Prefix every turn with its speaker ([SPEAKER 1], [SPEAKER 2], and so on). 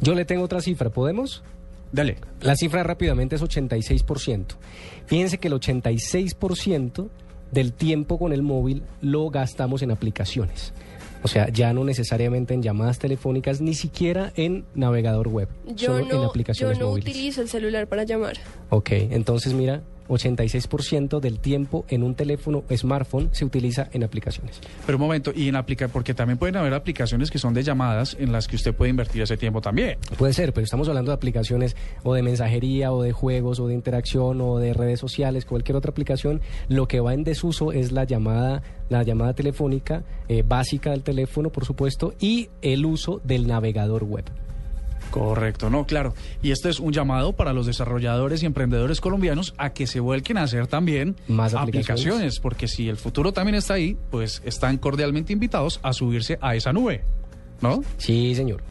[SPEAKER 1] Yo le tengo otra cifra, ¿podemos?
[SPEAKER 2] Dale.
[SPEAKER 1] La cifra rápidamente es 86%. Fíjense que el 86% del tiempo con el móvil lo gastamos en aplicaciones. O sea, ya no necesariamente en llamadas telefónicas, ni siquiera en navegador web,
[SPEAKER 3] Yo
[SPEAKER 1] solo
[SPEAKER 3] no,
[SPEAKER 1] en aplicaciones
[SPEAKER 3] yo no
[SPEAKER 1] móviles.
[SPEAKER 3] utilizo el celular para llamar.
[SPEAKER 1] Ok, entonces mira, 86% del tiempo en un teléfono smartphone se utiliza en aplicaciones.
[SPEAKER 2] Pero un momento, y en aplicar, porque también pueden haber aplicaciones que son de llamadas en las que usted puede invertir ese tiempo también.
[SPEAKER 1] Puede ser, pero estamos hablando de aplicaciones o de mensajería o de juegos o de interacción o de redes sociales, cualquier otra aplicación. Lo que va en desuso es la llamada, la llamada telefónica eh, básica del teléfono, por supuesto, y el uso del navegador web.
[SPEAKER 2] Correcto, no, claro. Y este es un llamado para los desarrolladores y emprendedores colombianos a que se vuelquen a hacer también
[SPEAKER 1] Más aplicaciones.
[SPEAKER 2] porque si el futuro también está ahí, pues están cordialmente invitados a subirse a esa nube, ¿no?
[SPEAKER 1] Sí, señor.